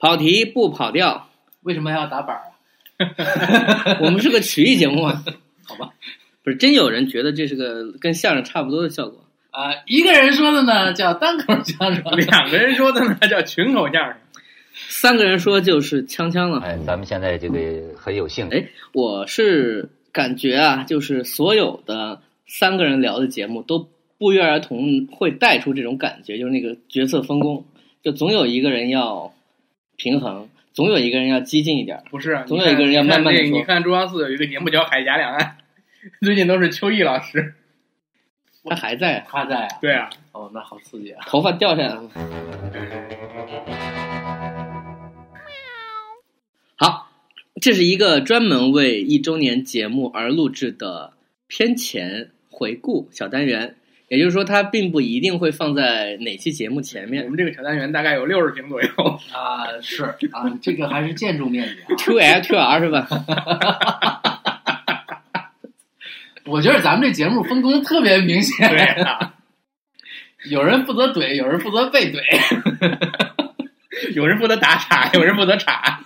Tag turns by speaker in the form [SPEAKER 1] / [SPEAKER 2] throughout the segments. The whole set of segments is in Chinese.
[SPEAKER 1] 跑题不跑调，
[SPEAKER 2] 为什么要打板儿啊？
[SPEAKER 1] 我们是个曲艺节目啊，
[SPEAKER 2] 好吧？
[SPEAKER 1] 不是真有人觉得这是个跟相声差不多的效果，
[SPEAKER 2] 啊、一个人说的呢叫单口相声，
[SPEAKER 3] 两个人说的那叫群口相声。
[SPEAKER 1] 三个人说就是锵锵了。
[SPEAKER 4] 哎，咱们现在这个很有幸，
[SPEAKER 1] 哎，我是感觉啊，就是所有的三个人聊的节目都不约而同会带出这种感觉，就是那个角色分工，就总有一个人要平衡，总有一个人要激进一点儿。
[SPEAKER 3] 不是，啊
[SPEAKER 1] 总有一个人要
[SPEAKER 3] 你看
[SPEAKER 1] 慢慢地
[SPEAKER 3] 这个
[SPEAKER 1] 说
[SPEAKER 3] 你看中央四有一个节目叫《海峡两岸》， 最近都是秋意老师。
[SPEAKER 1] 他还在，
[SPEAKER 2] 他在啊，
[SPEAKER 3] 对啊，
[SPEAKER 2] 哦，那好刺激啊！
[SPEAKER 1] 头发掉下来了。好，这是一个专门为一周年节目而录制的片前回顾小单元，也就是说，它并不一定会放在哪期节目前
[SPEAKER 3] 我
[SPEAKER 1] 面。
[SPEAKER 3] 们这个小单元大概有六十平左右。
[SPEAKER 2] 啊，是啊，这个还是建筑面积啊。
[SPEAKER 1] Two L Two R 是吧？
[SPEAKER 2] 我觉得咱们这节目分工特别明显，
[SPEAKER 3] 对啊，
[SPEAKER 2] 有人负责怼，有人负责被怼。
[SPEAKER 3] 有人负责打岔，有人负责岔。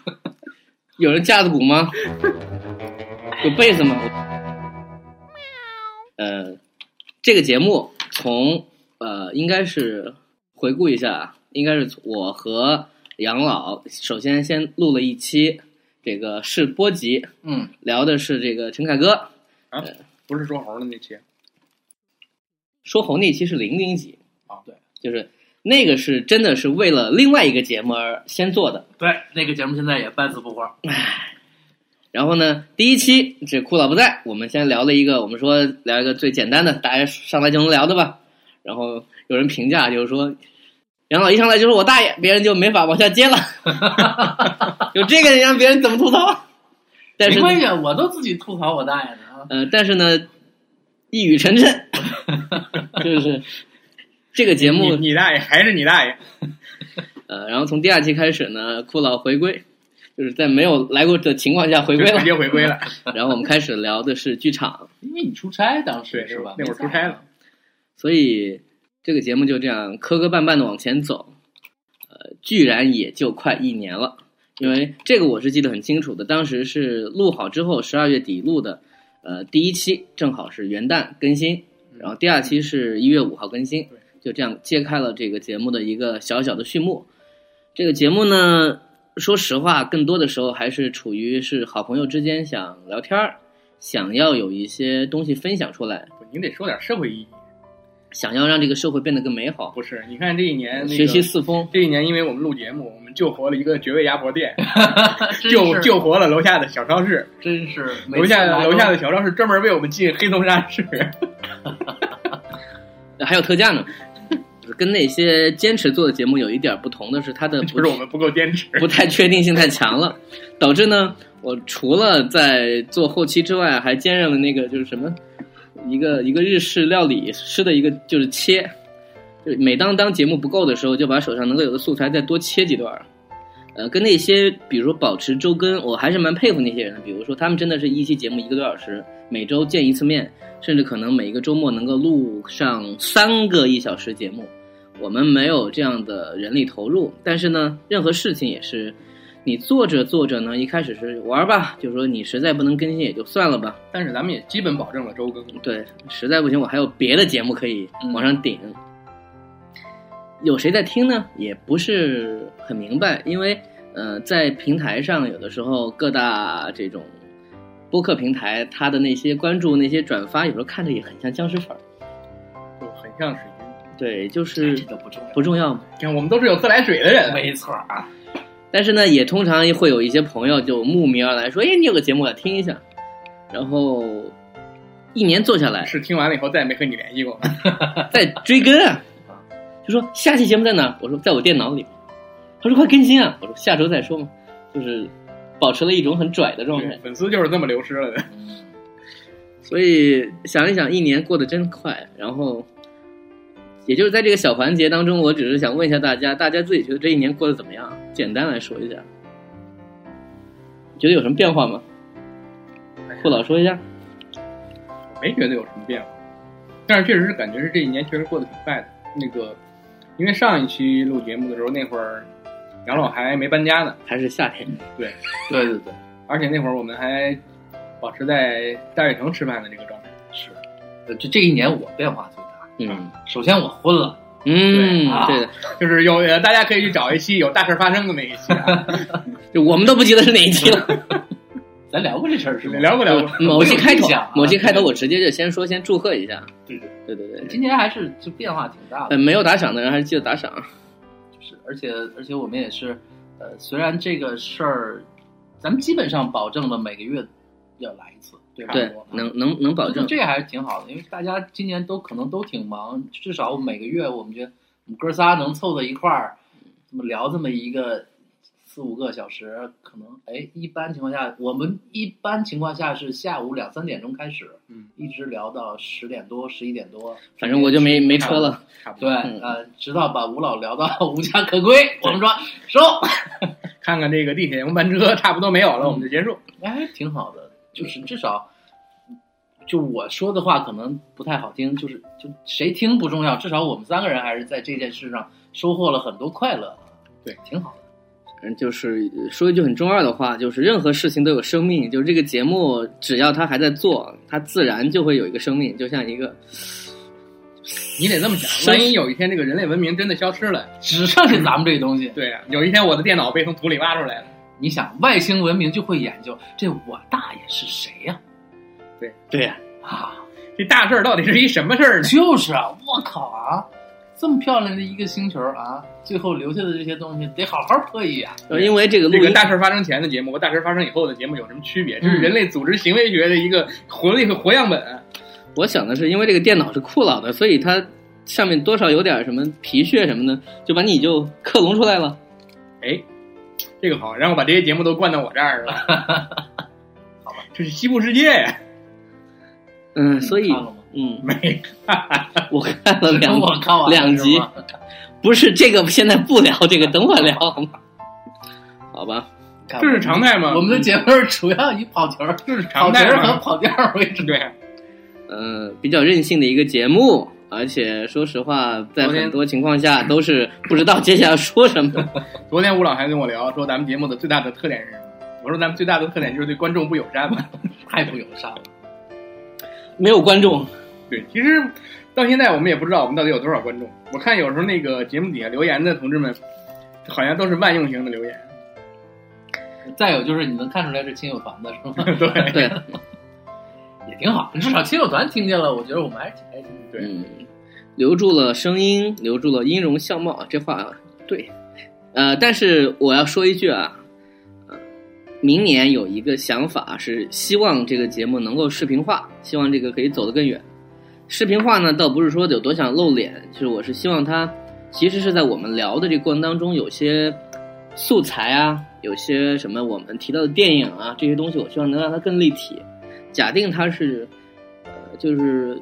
[SPEAKER 1] 有人架子鼓吗？有被子吗？呃，这个节目从呃，应该是回顾一下啊，应该是我和杨老首先先录了一期，这个试播集，
[SPEAKER 2] 嗯，
[SPEAKER 1] 聊的是这个陈凯歌
[SPEAKER 3] 不是说猴的那期，
[SPEAKER 1] 说猴那期是零零集
[SPEAKER 3] 啊
[SPEAKER 2] 对，
[SPEAKER 1] 就是那个是真的是为了另外一个节目而先做的，
[SPEAKER 2] 对，那个节目现在也半死不活。
[SPEAKER 1] 然后呢，第一期这酷老不在，我们先聊了一个，我们说聊一个最简单的，大家上来就能聊的吧。然后有人评价就是说，杨老一上来就说我大爷，别人就没法往下 接了。有这个你让别人怎么吐槽？啊但是
[SPEAKER 2] 没
[SPEAKER 1] 呢
[SPEAKER 2] 关系，啊我都自己吐槽我大爷呢啊。
[SPEAKER 1] 呃，但是呢，一语成谶，就是这个节目
[SPEAKER 3] 你你大爷还是你大爷，
[SPEAKER 1] 呃，然后从第二期开始呢，酷老回归，就是在没有来过的情况下回归
[SPEAKER 3] 就
[SPEAKER 1] 了
[SPEAKER 3] 直。接回归了。
[SPEAKER 1] 然后我们开始聊的是剧场。
[SPEAKER 2] 因为你出差 当时
[SPEAKER 3] 对，
[SPEAKER 2] 是吧？
[SPEAKER 3] 那会儿出差了，
[SPEAKER 1] 所以这个节目就这样磕磕绊绊的往前走，呃，居然也就快一年了。因为这个我是记得很清楚的，当时是录好之后十二月底录的，呃，第一期正好是元旦更新，然后第二期是一月五号更新
[SPEAKER 3] 对，
[SPEAKER 1] 就这样揭开了这个节目的一个小小的序幕。这个节目呢，说实话，更多的时候还是处于是好朋友之间想聊天儿，想要有一些东西分享出来，
[SPEAKER 2] 啊
[SPEAKER 3] 不您得说点社会意义。
[SPEAKER 1] 想要让这个社会变得更美好。
[SPEAKER 3] 不是，你看这一年那个
[SPEAKER 1] 学习四风，
[SPEAKER 3] 这一年，因为我们录节目，我们救活了一个绝味鸭脖店，
[SPEAKER 2] 就
[SPEAKER 3] 救救活了楼下的小超市，
[SPEAKER 2] 真是
[SPEAKER 3] 楼下
[SPEAKER 2] 啊
[SPEAKER 3] 的楼下的小超市专门为我们进黑松沙 市。
[SPEAKER 1] 还有特价呢。 跟那些坚持做的节目有一点不同的是，它的不
[SPEAKER 3] 就是我们不够坚持。
[SPEAKER 1] 不太确定性太强了，导致呢，我除了在做后期之外，还兼任了那个就是什么一个一个日式料理师的一个就是切，就是每当当节目不够的时候，就把手上能够有的素材再多切几段儿。呃，跟那些比如说保持周更，我还是蛮佩服那些人的。比如说，他们真的是一期节目一个多小时，每周见一次面，甚至可能每一个周末能够录上三个一小时节目。我们没有这样的人力投入，但是呢，任何事情也是，你做着做着呢，一开始是玩儿吧，就是说你实在不能更新也就算了吧，
[SPEAKER 3] 但是咱们也基本保证了周更。
[SPEAKER 1] 对，实在不行我还有别的节目可以往上顶。有谁在听呢？也不是很明白，因为呃，在平台上有的时候各大这种播客平台，它的那些关注、那些转发，有时候看着也很像僵尸粉儿。
[SPEAKER 3] 就很像水军。
[SPEAKER 1] 对，就是
[SPEAKER 2] 哎这都不重要，
[SPEAKER 1] 不重要嘛。
[SPEAKER 3] 你看，我们都是有自来水的人，
[SPEAKER 2] 没错啊。
[SPEAKER 1] 但是呢，也通常会有一些朋友就慕名而来说：“哎，你有个节目，我听一下。”然后一年做下来，
[SPEAKER 3] 是听完了以后再也没和你联系过。
[SPEAKER 1] 在追更啊，就说下期节目在哪儿？我说在我电脑里。他说快更新啊！我说下周再说嘛，就是保持了一种很拽的状态
[SPEAKER 3] 对。 粉丝就是这么流失了的。
[SPEAKER 1] 所以想一想，一年过得真快。然后，也就是在这个小环节当中，我只是想问一下大家，大家自己觉得这一年过得怎么样？简单来说一下，觉得有什么变化吗？顾老说一下。
[SPEAKER 3] 我没觉得有什么变化，但是确实是感觉是这一年确实过得挺快的。那个，因为上一期录节目的时候，那会儿杨老还没搬家呢，
[SPEAKER 1] 还是夏天。
[SPEAKER 2] 对对对，
[SPEAKER 3] 而且那会儿我们还保持在大悦城吃饭的这个状态。
[SPEAKER 2] 是。呃这这一年我变化最大，
[SPEAKER 1] 嗯
[SPEAKER 2] 首先我婚了，
[SPEAKER 1] 嗯，
[SPEAKER 2] 啊
[SPEAKER 1] 对的，
[SPEAKER 3] 就是有呃，大家可以去找一期有大事发生的那一期、啊，
[SPEAKER 1] 就我们都不记得是哪一期了。
[SPEAKER 2] 咱聊过这事儿是吗？
[SPEAKER 3] 聊不聊？
[SPEAKER 1] 某期开头
[SPEAKER 2] 我有印象啊，
[SPEAKER 1] 某期开头我直接就先说，先祝贺一下。
[SPEAKER 2] 对对
[SPEAKER 1] 对对对，
[SPEAKER 2] 今年还是就变化挺大的
[SPEAKER 1] 呃，，没有打赏的人还是记得打赏。
[SPEAKER 2] 就是而且而且我们也是，呃，虽然这个事儿，咱们基本上保证了每个月要来一次，对吧？
[SPEAKER 1] 对，能能能保证。
[SPEAKER 2] 这个还是挺好的，因为大家今年都可能都挺忙，至少每个月我们觉得我们哥仨能凑到一块儿，这么聊这么一个四五个小时，可能哎，一般情况下我们一般情况下是下午两三点钟开始，
[SPEAKER 3] 嗯，
[SPEAKER 2] 一直聊到十点多、十一点多，
[SPEAKER 1] 反正我就没没车了。
[SPEAKER 3] 差不多
[SPEAKER 2] 对，
[SPEAKER 1] 嗯
[SPEAKER 2] 呃，直到把吴老聊到 无家可归，我们说收，
[SPEAKER 3] 看看这个地铁营班车差不多没有了，我们就结束。
[SPEAKER 2] 哎，挺好的，就是至少，就我说的话可能不太好听，就是就谁听不重要，至少我们三个人还是在这件事上收获了很多快乐，
[SPEAKER 3] 对，
[SPEAKER 2] 挺好的，
[SPEAKER 1] 嗯，就是呃说一句很中二的话，就是任何事情都有生命，就是这个节目只要它还在做，它自然就会有一个生命，就像一个
[SPEAKER 3] 你得这么想，万一有一天这个人类文明真的消失了，
[SPEAKER 2] 只剩下咱们这东西，
[SPEAKER 3] 对呀、有一天我的电脑被从土里挖出来了，
[SPEAKER 2] 你想外星文明就会研究这我大爷是谁呀、
[SPEAKER 1] 对呀、
[SPEAKER 2] 啊？
[SPEAKER 3] 这大事儿到底是一什么事儿呢？
[SPEAKER 2] 就是啊，我靠啊！这么漂亮的一个星球啊，最后留下的这些东西得好好破译啊！
[SPEAKER 1] 呃因为这个录
[SPEAKER 3] 这
[SPEAKER 1] 音
[SPEAKER 3] 个大事儿发生前的节目和大事儿发生以后的节目有什么区别？这
[SPEAKER 2] 嗯
[SPEAKER 3] 是人类组织行为学的一个活的一个活样本。
[SPEAKER 1] 我想的是，因为这个电脑是酷老的，所以它上面多少有点什么皮屑什么的，就把你就克隆出来了。
[SPEAKER 3] 哎，这个好，然后把这些节目都灌到我这儿 了。好吧，这是西部世界呀，
[SPEAKER 1] 嗯，所以
[SPEAKER 2] 看了吗
[SPEAKER 1] 嗯，
[SPEAKER 3] 没
[SPEAKER 1] 我看了两
[SPEAKER 2] 我看完了
[SPEAKER 1] 两集
[SPEAKER 2] 是吗
[SPEAKER 1] 不是这个，现在不聊这个，等会儿聊好吗？好吧，
[SPEAKER 2] 看
[SPEAKER 3] 这
[SPEAKER 2] 完了
[SPEAKER 3] 是常态吗？
[SPEAKER 2] 我们的节目主要以跑题儿、
[SPEAKER 3] 这是
[SPEAKER 2] 跑
[SPEAKER 3] 常
[SPEAKER 2] 题
[SPEAKER 3] 态
[SPEAKER 2] 儿和
[SPEAKER 3] 吗？
[SPEAKER 2] 跑调为主。
[SPEAKER 3] 对，
[SPEAKER 1] 呃，比较任性的一个节目，而且说实话，在
[SPEAKER 3] 昨天
[SPEAKER 1] 很多情况下都是不知道接下来说什么。
[SPEAKER 3] 昨天吴老还跟我聊，说咱们节目的最大的特点是什么？我说咱们最大的特点就是对观众不友善嘛。
[SPEAKER 2] 太不友善了。
[SPEAKER 1] 没有观众，
[SPEAKER 3] 对，其实到现在我们也不知道我们到底有多少观众。我看有时候那个节目底下留言的同志们，好像都是万用型的留言。
[SPEAKER 2] 再有就是你能看出来是亲友团的是 吗？
[SPEAKER 3] 对，
[SPEAKER 1] 对，
[SPEAKER 2] 也挺好，至少亲友团听见了，我觉得我们还是挺开心的。
[SPEAKER 3] 对
[SPEAKER 1] 嗯，留住了声音，留住了音容笑貌，这话对。呃，但是我要说一句啊，呃明年有一个想法是希望这个节目能够视频化，希望这个可以走得更远。视频化呢，倒不是说有多想露脸，就是我是希望它其实是在我们聊的这个过程当中，有些素材啊，有些什么我们提到的电影啊这些东西，我希望能让它更立体。假定它是，呃，就是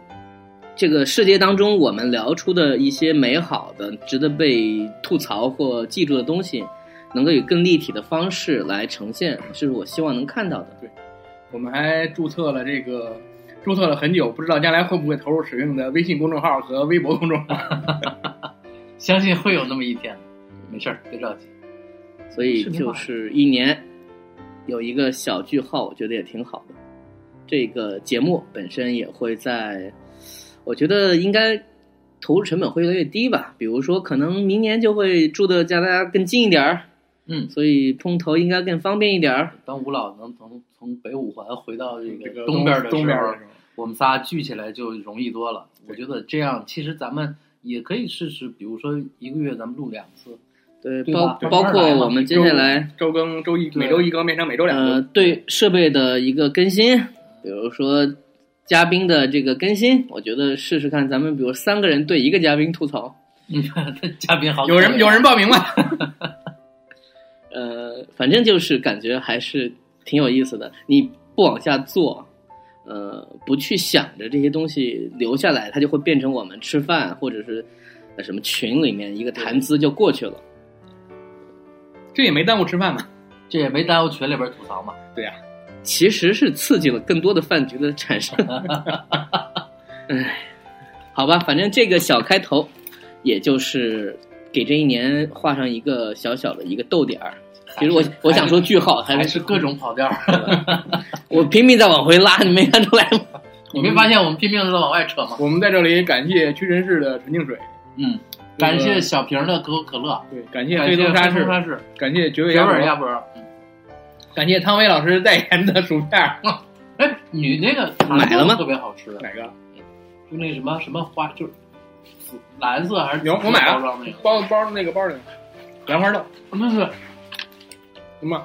[SPEAKER 1] 这个世界当中我们聊出的一些美好的、值得被吐槽或记住的东西，能够以更立体的方式来呈现，这是我希望能看到的。
[SPEAKER 3] 我们还注册了这个，注册了很久，不知道将来会不会投入使用的微信公众号和微博公众号。
[SPEAKER 2] 相信会有那么一天的，没事儿，别着急。
[SPEAKER 1] 所以就是一年有一个小句号，我觉得也挺好的。这个节目本身也会在，我觉得应该投入成本会越来越低吧。比如说，可能明年就会住的离大家更近一点儿，
[SPEAKER 2] 嗯，
[SPEAKER 1] 所以碰头应该更方便一点儿。
[SPEAKER 2] 当吴老能从从北五环回到这
[SPEAKER 3] 这个
[SPEAKER 2] 个东边儿的
[SPEAKER 3] 东边
[SPEAKER 2] 时候
[SPEAKER 3] 儿的时候，
[SPEAKER 2] 我们仨聚起来就容易多了。我
[SPEAKER 3] 对
[SPEAKER 2] 觉得这样，其实咱们也可以试试，比如说一个月咱们录两次，
[SPEAKER 1] 对，
[SPEAKER 2] 对
[SPEAKER 1] 包
[SPEAKER 2] 吧
[SPEAKER 1] 包
[SPEAKER 2] 慢慢来
[SPEAKER 1] 括
[SPEAKER 2] 嘛
[SPEAKER 1] 我们接下来
[SPEAKER 3] 周更周一，
[SPEAKER 2] 对
[SPEAKER 3] 每周一更变成每周两
[SPEAKER 1] 呃
[SPEAKER 3] 更。
[SPEAKER 1] 对设备的一个更新，比如说嘉宾的这个更新，我觉得试试看，咱们比如三个人对一个嘉宾吐槽，
[SPEAKER 2] 你看这嘉宾好可
[SPEAKER 3] 有
[SPEAKER 2] 怜，
[SPEAKER 3] 人有人报名吗？
[SPEAKER 1] 呃，反正就是感觉还是挺有意思的。你不往下做，呃，不去想着这些东西留下来，它就会变成我们吃饭或者是呃什么群里面一个谈资就过去了。
[SPEAKER 3] 这也没耽误吃饭嘛。
[SPEAKER 2] 这也没耽误群里边吐槽嘛。
[SPEAKER 1] 其实是刺激了更多的饭局的产 生。唉，好吧，反正这个小开头，也就是给这一年画上一个小小的一个逗点儿。其实我我想说句号，还
[SPEAKER 2] 还
[SPEAKER 1] 是
[SPEAKER 2] 哎是各种跑调儿。
[SPEAKER 1] 我拼命在往回拉，你没看出来吗？
[SPEAKER 2] 你没发现我们拼命的往外扯 吗？
[SPEAKER 3] 我们在这里感谢屈臣氏的纯净水，
[SPEAKER 2] 嗯，感谢小瓶儿的可口可乐，
[SPEAKER 3] 对，感谢
[SPEAKER 2] 感
[SPEAKER 3] 黑
[SPEAKER 2] 谢
[SPEAKER 3] 松沙
[SPEAKER 2] 士
[SPEAKER 3] 士，，感谢绝味
[SPEAKER 2] 绝
[SPEAKER 3] 鸭
[SPEAKER 2] 味
[SPEAKER 3] 脖，
[SPEAKER 2] 鸭脖儿。嗯
[SPEAKER 3] 感谢汤唯老师代言的薯片儿，
[SPEAKER 2] 哎，你那个糖
[SPEAKER 1] 买了吗
[SPEAKER 2] 特别好吃，
[SPEAKER 3] 哪个？
[SPEAKER 2] 就那什么什么花，就是蓝色还是
[SPEAKER 3] 有我买了
[SPEAKER 2] 包装那个，
[SPEAKER 3] 包包那个包里，兰花豆，
[SPEAKER 2] 不是不是，
[SPEAKER 3] 什么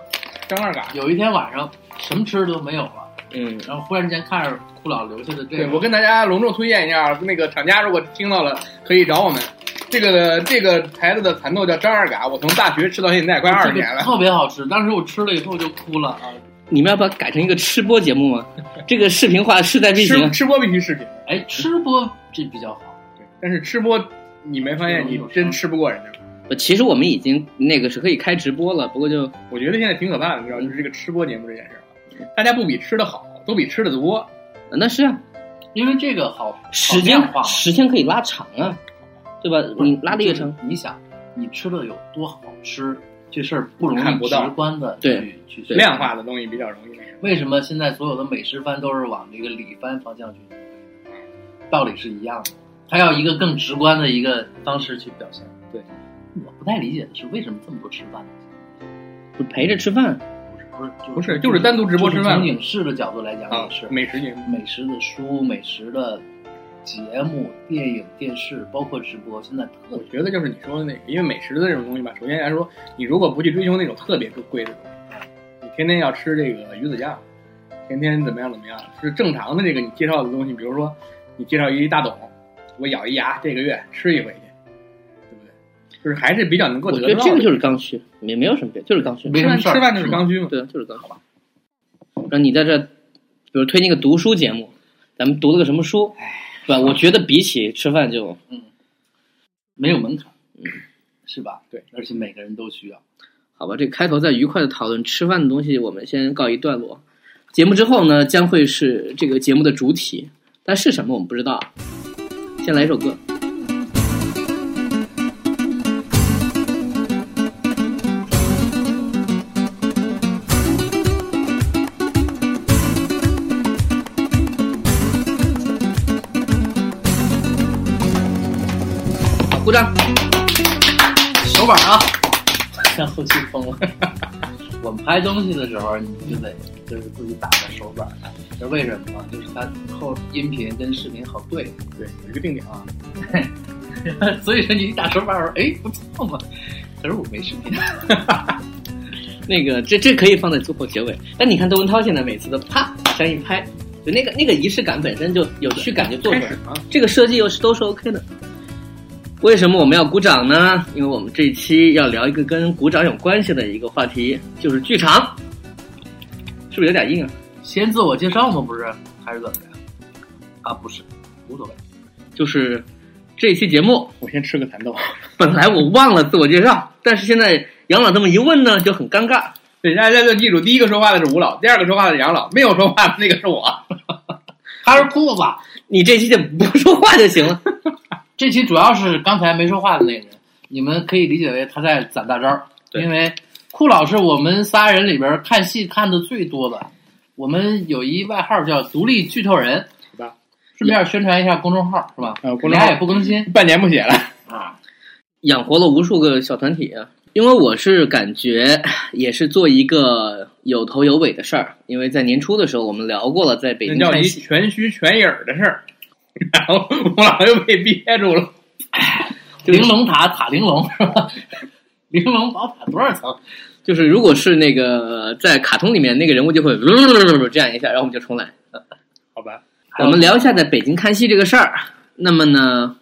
[SPEAKER 3] 张二嘎？
[SPEAKER 2] 有一天晚上什么吃的都没有了，
[SPEAKER 1] 嗯，
[SPEAKER 2] 然后忽然间看着库老留下的这
[SPEAKER 3] 对，
[SPEAKER 2] 个，
[SPEAKER 3] 我跟大家隆重推荐一下，那个厂家如果听到了，可以找我们。这个这个牌子的蚕豆叫张二嘎，我从大学吃到现在快二十 年
[SPEAKER 2] 这个
[SPEAKER 3] 了。
[SPEAKER 2] 特别好吃。当时我吃了以后就哭了啊！
[SPEAKER 1] 你们要不要改成一个吃播节目吗？这个视频化势在必
[SPEAKER 3] 吃
[SPEAKER 1] 行。啊
[SPEAKER 3] 吃播必须视频，
[SPEAKER 2] 哎，吃播这比较好，
[SPEAKER 3] 对但是吃播你没发现你真吃不过人家。
[SPEAKER 1] 其实我们已经那个是可以开直播了，不过就
[SPEAKER 3] 我觉得现在挺可怕的，你知道，就是这个吃播节目这件事儿啊，大家不比吃的好，都比吃的多。
[SPEAKER 1] 那是啊，
[SPEAKER 2] 因为这个好
[SPEAKER 1] 时
[SPEAKER 2] 好
[SPEAKER 1] 间
[SPEAKER 2] 量化嘛
[SPEAKER 1] 时间可以拉长啊，对吧？你拉的越长，，
[SPEAKER 2] 你想你吃的有多好吃，这事儿不容
[SPEAKER 3] 看
[SPEAKER 2] 易
[SPEAKER 3] 不
[SPEAKER 2] 直
[SPEAKER 3] 到
[SPEAKER 2] 观的
[SPEAKER 1] 对
[SPEAKER 2] 去去去
[SPEAKER 3] 量。化的东西比较容易那什么。
[SPEAKER 2] 为什么现在所有的美食番都是往这个里番方向去努力呢？道理是一样的，它要一个更直观的一个方式去表现。
[SPEAKER 3] 对，
[SPEAKER 2] 我不太理解的是为什么这么多吃饭呢？
[SPEAKER 1] 就陪着吃饭，啊
[SPEAKER 2] 不是
[SPEAKER 3] 不是就是单独直播吃饭
[SPEAKER 2] 从影视的角度来讲
[SPEAKER 1] 嗯
[SPEAKER 3] 啊
[SPEAKER 2] 也是，，
[SPEAKER 3] 美食节目，
[SPEAKER 2] 美食的书、美食的节目、电影、电视，包括直播，现在特
[SPEAKER 3] 我
[SPEAKER 2] 别
[SPEAKER 3] 觉得就是你说的那个，因为美食的这种东西吧，首先来说，你如果不去追求那种特别贵的东西，你天天要吃这个鱼子酱，天天怎么样怎么样，是正常的这个你介绍的东西，比如说你介绍一大董，我咬一牙，这个月吃一回去，对不对？就是还是比较能够
[SPEAKER 1] 我
[SPEAKER 3] 得
[SPEAKER 1] 觉
[SPEAKER 3] 到
[SPEAKER 1] 得
[SPEAKER 3] 的。
[SPEAKER 1] 这个就是刚需，没没有什么别，就是刚需。
[SPEAKER 2] 没
[SPEAKER 3] 吃
[SPEAKER 2] 什么
[SPEAKER 3] 饭
[SPEAKER 2] 事儿
[SPEAKER 3] 吃饭就是刚需嘛。
[SPEAKER 1] 对，就是刚需。然后你在这，比如推荐个读书节目，咱们读了个什么书，是吧？我觉得比起吃饭就
[SPEAKER 2] 嗯没有门槛，是吧？
[SPEAKER 3] 对，
[SPEAKER 2] 而且每个人都需要。
[SPEAKER 1] 好吧。这个开头在愉快的讨论吃饭的东西，我们先告一段落。节目之后呢，将会是这个节目的主体，但是什么我们不知道。先来一首歌，好，鼓掌。
[SPEAKER 2] 手板啊，像 后期疯了。 我们拍东西的时候，你就得就是自己打个手板，啊这为什么呢？就是它后音频跟视频好对，
[SPEAKER 3] 对，有一个定点啊，
[SPEAKER 2] 啊 所以说你一打手板儿，哎，不错嘛。可是我没视频，
[SPEAKER 1] 那个，这这可以放在最后结尾。但你看窦文涛现在每次都啪这样一拍，就那个那个仪式感本身就有趣感就做
[SPEAKER 3] 开
[SPEAKER 1] 出来
[SPEAKER 3] 始
[SPEAKER 1] 了，
[SPEAKER 3] 啊，
[SPEAKER 1] 这个设计又是都是 OK 的。为什么我们要鼓掌呢？因为我们这一期要聊一个跟鼓掌有关系的一个话题，就是剧场，是不是有点硬啊？
[SPEAKER 2] 先自我介绍嘛，不是还是怎么着？啊，不是，无所谓。
[SPEAKER 1] 就是这一期节目，
[SPEAKER 3] 我先吃个蚕豆。
[SPEAKER 1] 本来我忘了自我介绍，但是现在杨老这么一问呢，就很尴尬。
[SPEAKER 3] 对，大家就记住，第一个说话的是吴老，第二个说话的是杨老，没有说话的那个是我。
[SPEAKER 2] 还是酷吧。
[SPEAKER 1] 你这期就不说话就 行了。
[SPEAKER 2] 这期主要是刚才没说话的那个人，你们可以理解为他在攒大招儿，
[SPEAKER 1] 对
[SPEAKER 2] 因为酷老是我们仨人里边儿看戏看的最多的。我们有一外号叫“独立剧透人”，
[SPEAKER 3] 好吧？
[SPEAKER 2] 顺便宣传一下公众号是吧？
[SPEAKER 3] 呃公众号
[SPEAKER 2] 俩也不更新
[SPEAKER 3] 半年不写了，
[SPEAKER 2] 啊，
[SPEAKER 1] 养活了无数个小团体啊。因为我是感觉也是做一个有头有尾的事儿，因为在年初的时候我们聊过了，在北
[SPEAKER 3] 那
[SPEAKER 1] 京
[SPEAKER 3] 叫
[SPEAKER 1] 看
[SPEAKER 3] 一
[SPEAKER 1] 戏，
[SPEAKER 3] 全虚全影儿的事儿。然后我老又被憋住了。
[SPEAKER 1] 就是
[SPEAKER 2] 玲珑塔塔玲珑是吧？玲珑宝塔多少层？
[SPEAKER 1] 就是如果是那个在卡通里面那个人物就会这样一下，然后我们就重来。
[SPEAKER 3] 好吧，
[SPEAKER 1] 我们聊一下在北京看戏这个事儿。那么呢，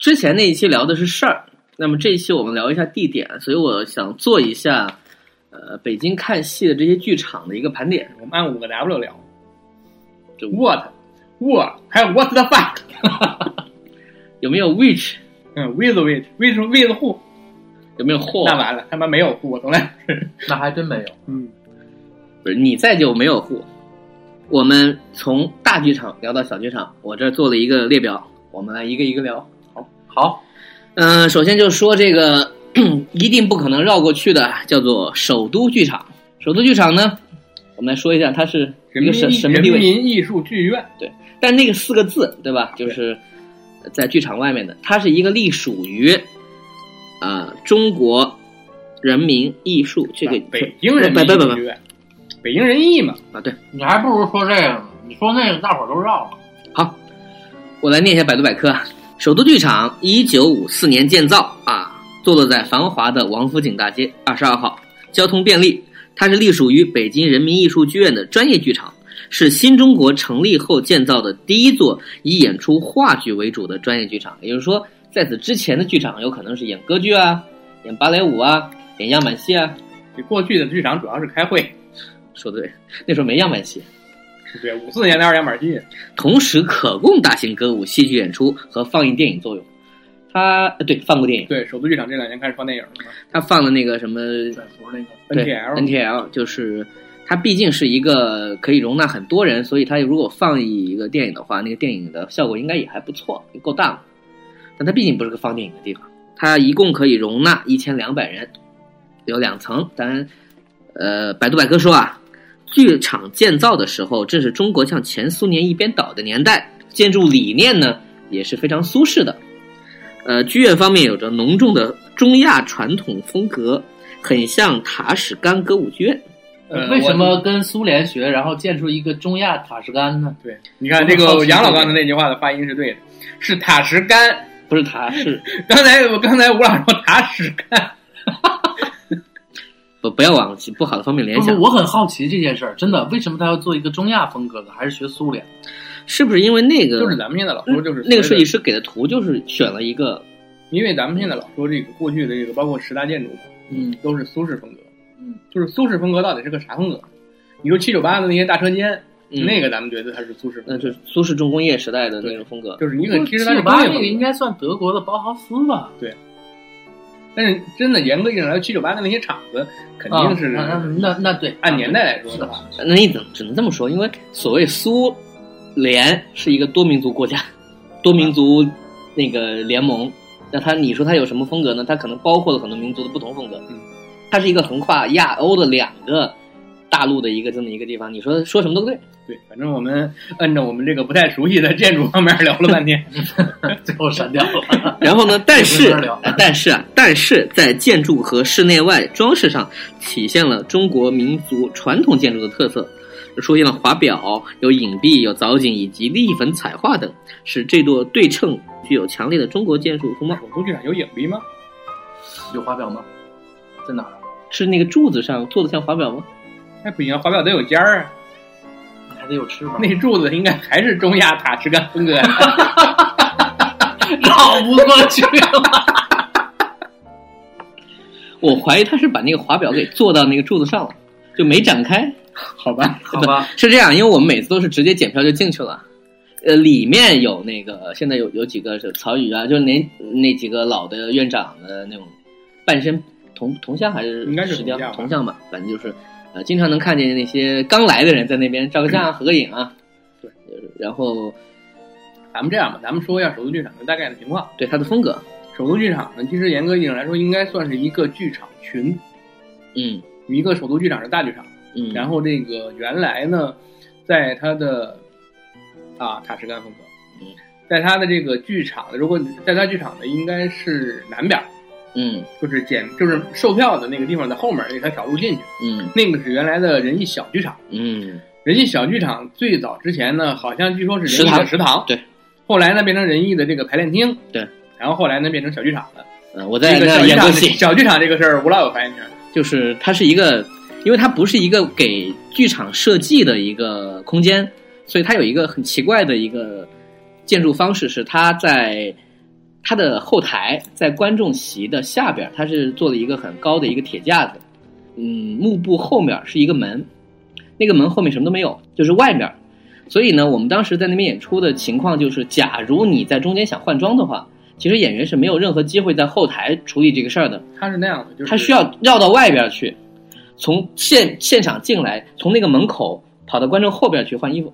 [SPEAKER 1] 之前那一期聊的是事儿，那么这一期我们聊一下地点，所以我想做一下，呃，北京看戏的这些剧场的一个盘点。
[SPEAKER 3] 我们按五个 W 聊。
[SPEAKER 1] 就
[SPEAKER 3] What, what，还有 What the fuck？
[SPEAKER 1] 有没有 which？
[SPEAKER 3] 嗯，with with with with who？
[SPEAKER 1] 有没有 who？
[SPEAKER 3] 那完了，他妈没有 who，我从来
[SPEAKER 2] 那还真没有。
[SPEAKER 3] 嗯，
[SPEAKER 1] 不是你在就没有户。我们从大剧场聊到小剧场，我这儿做了一个列表，我们来一个一个聊。
[SPEAKER 2] 好，
[SPEAKER 1] 嗯、首先就说这个 一定不可能绕过去的，叫做首都剧场。首都剧场呢，我们来说一下它是
[SPEAKER 3] 人
[SPEAKER 1] 一个
[SPEAKER 3] 民
[SPEAKER 1] 什什么
[SPEAKER 3] 人
[SPEAKER 1] 地位，
[SPEAKER 3] 民艺术剧院，
[SPEAKER 1] 但那个四个字对吧？就是在剧场外面的，它是一个隶属于啊、中国人民艺术这个
[SPEAKER 3] 啊北京人民艺
[SPEAKER 1] 不不
[SPEAKER 3] 术
[SPEAKER 1] 不
[SPEAKER 3] 剧院，北京人艺嘛，
[SPEAKER 1] 啊对。
[SPEAKER 2] 你还不如说这个呢，你说那个大伙儿都绕了。
[SPEAKER 1] 我来念一下百度百科啊，首都剧场一九五四年建造啊，坐落在繁华的王府井大街二十二号，交通便利。它是隶属于北京人民艺术剧院的专业剧场，是新中国成立后建造的第一座以演出话剧为主的专业剧场。也就是说，在此之前的剧场有可能是演歌剧啊、演芭蕾舞啊、演样板戏啊。
[SPEAKER 3] 这过去的剧场主要是开会，
[SPEAKER 1] 说对，那时候没样板戏。
[SPEAKER 3] 对，五四年的二两板戏，
[SPEAKER 1] 同时可供大型歌舞、戏剧演出和放映电影作用。它呃对放过电影。
[SPEAKER 3] 对，首都剧场这两年开始放电影了嘛，
[SPEAKER 1] 他放的那个什么
[SPEAKER 2] 转服那个，
[SPEAKER 1] 对
[SPEAKER 3] NTL
[SPEAKER 1] NTL，就是它毕竟是一个可以容纳很多人，所以它如果放一个电影的话，那个电影的效果应该也还不错，够大了。但它毕竟不是个放电影的地方，它一共可以容纳一千两百人，有两层。当然，呃，百度百科说啊，剧场建造的时候正是中国向前苏联一边倒的年代，建筑理念呢也是非常苏式的。呃，剧院方面有着浓重的中亚传统风格，很像塔什干歌舞剧院。
[SPEAKER 3] 呃
[SPEAKER 2] 为什么跟苏联学，然后建出一个中亚塔什干呢？
[SPEAKER 3] 对，你看这个杨老刚才那句话的发音是对的，是塔什干。
[SPEAKER 1] 不是塔是
[SPEAKER 3] 刚才我刚才吴老师说塔什干，
[SPEAKER 1] 不不要往不好的方面联
[SPEAKER 2] 不
[SPEAKER 3] 嗯
[SPEAKER 2] 是，
[SPEAKER 1] 想，
[SPEAKER 2] 我很好奇这件事儿，真的，为什么他要做一个中亚风格的，还是学苏联？
[SPEAKER 1] 是不是因为那个
[SPEAKER 3] 就是咱们现在老说就是
[SPEAKER 1] 嗯那个设计师
[SPEAKER 3] 师，
[SPEAKER 1] 给的图就是选了一个
[SPEAKER 3] 因为咱们现在老说这个过去的这个包括十大建筑
[SPEAKER 2] 嗯
[SPEAKER 3] 都是苏式风格，
[SPEAKER 2] 嗯，
[SPEAKER 3] 就是苏式风格到底是个啥风格？你说七九八的那些大车间，
[SPEAKER 1] 嗯
[SPEAKER 3] 那个咱们觉得它是苏式风
[SPEAKER 1] 那
[SPEAKER 3] 格，
[SPEAKER 1] 就是苏式重工业时代的那种风格。
[SPEAKER 3] 就是你可其实它是
[SPEAKER 2] 七
[SPEAKER 3] 工
[SPEAKER 2] 八
[SPEAKER 3] 业
[SPEAKER 2] 那
[SPEAKER 3] 风
[SPEAKER 2] 个应
[SPEAKER 3] 格，
[SPEAKER 2] 该算德国的包豪斯吧？
[SPEAKER 3] 但是真的严格意义上来说，七九八的那些厂子肯定是
[SPEAKER 2] 啊啊那那对，
[SPEAKER 3] 按年代来说
[SPEAKER 2] 是
[SPEAKER 3] 的
[SPEAKER 2] 的
[SPEAKER 3] 话，
[SPEAKER 1] 那你怎只能这么说？因为所谓苏联是一个多民族国家，多民族那个联盟，那它你说它有什么风格呢？它可能包括了很多民族的不同风格。
[SPEAKER 3] 嗯，
[SPEAKER 1] 它是一个横跨亚欧的两个大陆的一个这么一个地方。你说说什么都对。
[SPEAKER 3] 对，反正我们按照我们这个不太熟悉的建筑方面聊了半天，
[SPEAKER 2] 最后删掉了。
[SPEAKER 1] 然后呢，但是
[SPEAKER 2] 没法聊
[SPEAKER 1] 呃但是啊，但是在建筑和室内外装饰上体现了中国民族传统建筑的特色，出现了华表、有影壁、有藻井以及立粉彩画等，使这座对称具有强烈的中国建筑风貌。
[SPEAKER 3] 首都剧场有影壁吗？
[SPEAKER 2] 有华表吗？在哪儿啊？
[SPEAKER 1] 是那个柱子上做的像华表吗？
[SPEAKER 3] 那不行，华表得有尖儿啊。
[SPEAKER 2] 还得有翅膀。
[SPEAKER 3] 那柱子应该还是中亚塔什干风格呀。
[SPEAKER 2] 绕不过去了。
[SPEAKER 1] 我怀疑他是把那个华表给做到那个柱子上了，就没展开。
[SPEAKER 3] 好吧，
[SPEAKER 2] 好吧，
[SPEAKER 1] 是这样，因为我们每次都是直接检票就进去了。呃，里面有那个现在有有几个是曹禺啊，就是那那几个老的院长的那种半身铜铜像还是
[SPEAKER 3] 应该是
[SPEAKER 1] 石雕
[SPEAKER 3] 铜像吧
[SPEAKER 1] 铜像吧，反正就是呃，经常能看见那些刚来的人在那边照个相、 啊、合个影啊。
[SPEAKER 3] 对
[SPEAKER 1] 呃，然后
[SPEAKER 3] 咱们这样吧，咱们说一下首都剧场的大概的情况。
[SPEAKER 1] 对他的风格，
[SPEAKER 3] 首都剧场呢，其实严格意义上来说，应该算是一个剧场群，
[SPEAKER 1] 嗯
[SPEAKER 3] 一个首都剧场是大剧场。
[SPEAKER 1] 嗯，
[SPEAKER 3] 然后这个原来呢，在它的啊塔什干风格
[SPEAKER 1] 嗯，
[SPEAKER 3] 在它的这个剧场，如果你在它剧场的应该是南边儿，
[SPEAKER 1] 嗯
[SPEAKER 3] 就是检就是售票的那个地方的后门儿，给它找路进去。
[SPEAKER 1] 嗯
[SPEAKER 3] 那个是原来的人艺小剧场。
[SPEAKER 1] 嗯
[SPEAKER 3] 人艺小剧场最早之前呢，好像据说是人艺
[SPEAKER 1] 食堂
[SPEAKER 3] 的食堂，
[SPEAKER 1] 对。
[SPEAKER 3] 后来呢，变成人艺的这个排练厅，
[SPEAKER 1] 对。
[SPEAKER 3] 然后后来呢，变成小剧场了。
[SPEAKER 1] 呃，我
[SPEAKER 3] 这
[SPEAKER 1] 在
[SPEAKER 3] 个小
[SPEAKER 1] 那
[SPEAKER 3] 剧
[SPEAKER 1] 演
[SPEAKER 3] 场
[SPEAKER 1] 过
[SPEAKER 3] 的
[SPEAKER 1] 戏，
[SPEAKER 3] 小剧场这个事儿，吴老有发言权。
[SPEAKER 1] 就是它是一个，因为它不是一个给剧场设计的一个空间，所以它有一个很奇怪的一个建筑方式，是它在它的后台在观众席的下边儿，它是做了一个很高的一个铁架子，嗯，幕布后面是一个门，那个门后面什么都没有，就是外面。所以呢，我们当时在那边演出的情况就是，假如你在中间想换装的话，其实演员是没有任何机会在后台处理这个事儿的。
[SPEAKER 3] 他是那样的，就是
[SPEAKER 1] 他需要绕到外边去，从现现场进来，从那个门口跑到观众后边去换衣服。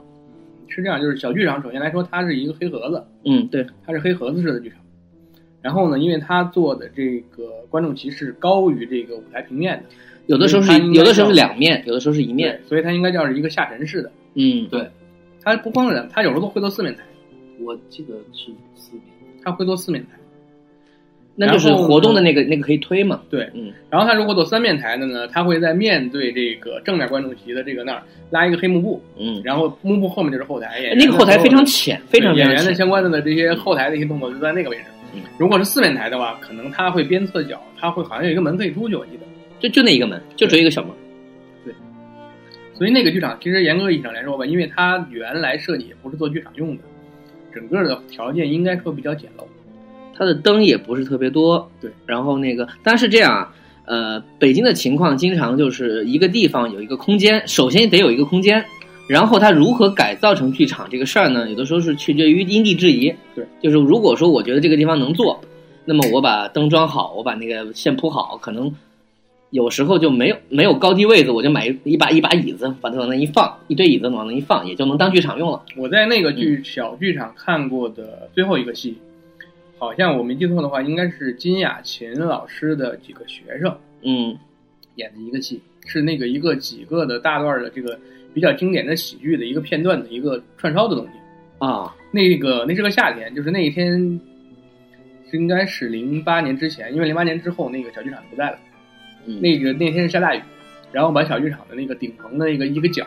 [SPEAKER 3] 是这样，就是小剧场首先来说，它是一个黑盒子，
[SPEAKER 1] 嗯，对，
[SPEAKER 3] 它是黑盒子式的剧场。然后呢，因为他做的这个观众席是高于这个舞台平面的，
[SPEAKER 1] 有的时候
[SPEAKER 3] 它
[SPEAKER 1] 是
[SPEAKER 3] 应该
[SPEAKER 1] 有的时候是
[SPEAKER 3] 叫
[SPEAKER 1] 两面，有的时候是一面。
[SPEAKER 3] 对所以它应该叫是一个下沉式的。
[SPEAKER 1] 嗯，
[SPEAKER 3] 它不光是它有时候都会做四面台，
[SPEAKER 2] 我记得是四年，
[SPEAKER 3] 它会做四面台。
[SPEAKER 1] 那就是
[SPEAKER 3] 然后
[SPEAKER 1] 活动的那个那个可以推嘛。
[SPEAKER 3] 对
[SPEAKER 1] 嗯，
[SPEAKER 3] 然后它如果做三面台的呢，它会在面对这个正面观众席的这个那儿拉一个黑幕布，
[SPEAKER 1] 嗯，
[SPEAKER 3] 然后幕布后面就是后台。演员
[SPEAKER 1] 呃那
[SPEAKER 3] 的
[SPEAKER 1] 个后台非常
[SPEAKER 3] 所有的
[SPEAKER 1] 浅，非常
[SPEAKER 3] 对
[SPEAKER 1] 非
[SPEAKER 3] 演
[SPEAKER 1] 常
[SPEAKER 3] 员的
[SPEAKER 1] 浅。
[SPEAKER 3] 相关的这些后台的一些动作就在那个位置
[SPEAKER 1] 嗯。
[SPEAKER 3] 如果是四面台的话，可能它会边侧角，它会好像有一个门可以出去，我记得。
[SPEAKER 1] 就就那一个门，就只有一个小门。
[SPEAKER 3] 所以那个剧场其实严格意义上来说吧，因为它原来设计也不是做剧场用的，整个的条件应该说比较简陋。
[SPEAKER 1] 它的灯也不是特别多。
[SPEAKER 3] 对，
[SPEAKER 1] 然后那个，但是这样啊，呃，北京的情况经常就是一个地方有一个空间，首先得有一个空间，然后它如何改造成剧场这个事儿呢，有的时候是取决于因地制宜。
[SPEAKER 3] 对，
[SPEAKER 1] 就是如果说我觉得这个地方能做，那么我把灯装好，我把那个线铺好，可能。有时候就没有没有高低位子，我就买一一把一把椅子，把它往那一放，一堆椅子往那一放，也就能当剧场用了。
[SPEAKER 3] 我在那个剧小剧场看过的最后一个戏，好像我没记错的话，应该是金雅琴老师的几个学生
[SPEAKER 1] 嗯
[SPEAKER 3] 演的一个戏，是那个一个几个的大段的这个比较经典的喜剧的一个片段的一个串烧的东西。
[SPEAKER 1] 啊，
[SPEAKER 3] 那个那是个夏天，就是那一天，应该是零八年之前，因为零八年之后那个小剧场不在了。
[SPEAKER 1] 嗯
[SPEAKER 3] 那个那天是下大雨，然后把小剧场的那个顶棚的那个一个角